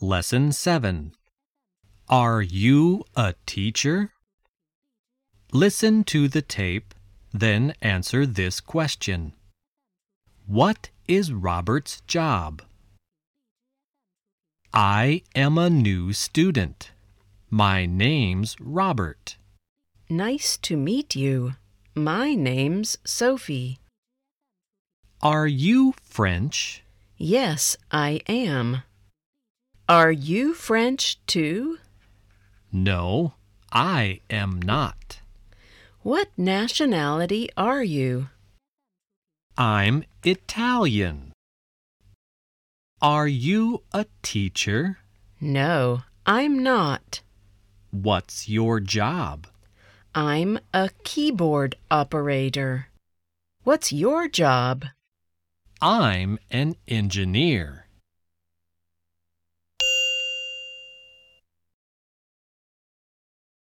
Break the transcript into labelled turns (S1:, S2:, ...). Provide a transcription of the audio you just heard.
S1: Lesson 7 Are you a teacher? Listen to the tape, then answer this question What is Robert's job? I am a new student. My name's Robert.
S2: Nice to meet you. My name's Sophie.
S1: Are you French?
S2: Yes, I am. Are you French too?
S1: No, I am not.
S2: What nationality are you?
S1: I'm Italian. Are you a teacher?
S2: No, I'm not.
S1: What's your job?
S2: I'm a keyboard operator. What's your job?
S1: I'm an engineer.